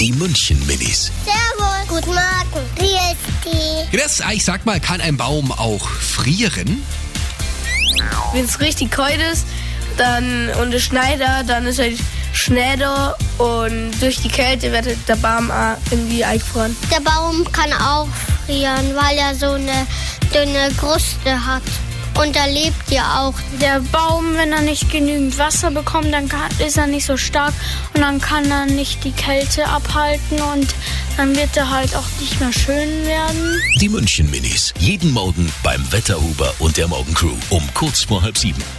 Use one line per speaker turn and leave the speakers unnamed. Die München Minis.
Servus. Guten Morgen. Wie ist die?
Das, ah, ich sag mal, kann ein Baum auch frieren?
Wenn es richtig kalt ist dann, und es schneit, da, dann ist halt schneller und durch die Kälte wird halt der Baum auch irgendwie eingefroren.
Der Baum kann auch frieren, weil er so eine dünne Kruste hat. Und da lebt ja auch.
Der Baum, wenn er nicht genügend Wasser bekommt, dann kann, ist er nicht so stark und dann kann er nicht die Kälte abhalten und dann wird er halt auch nicht mehr schön werden.
Die München Minis. Jeden Morgen beim Wetterhuber und der Morgencrew um kurz vor halb sieben.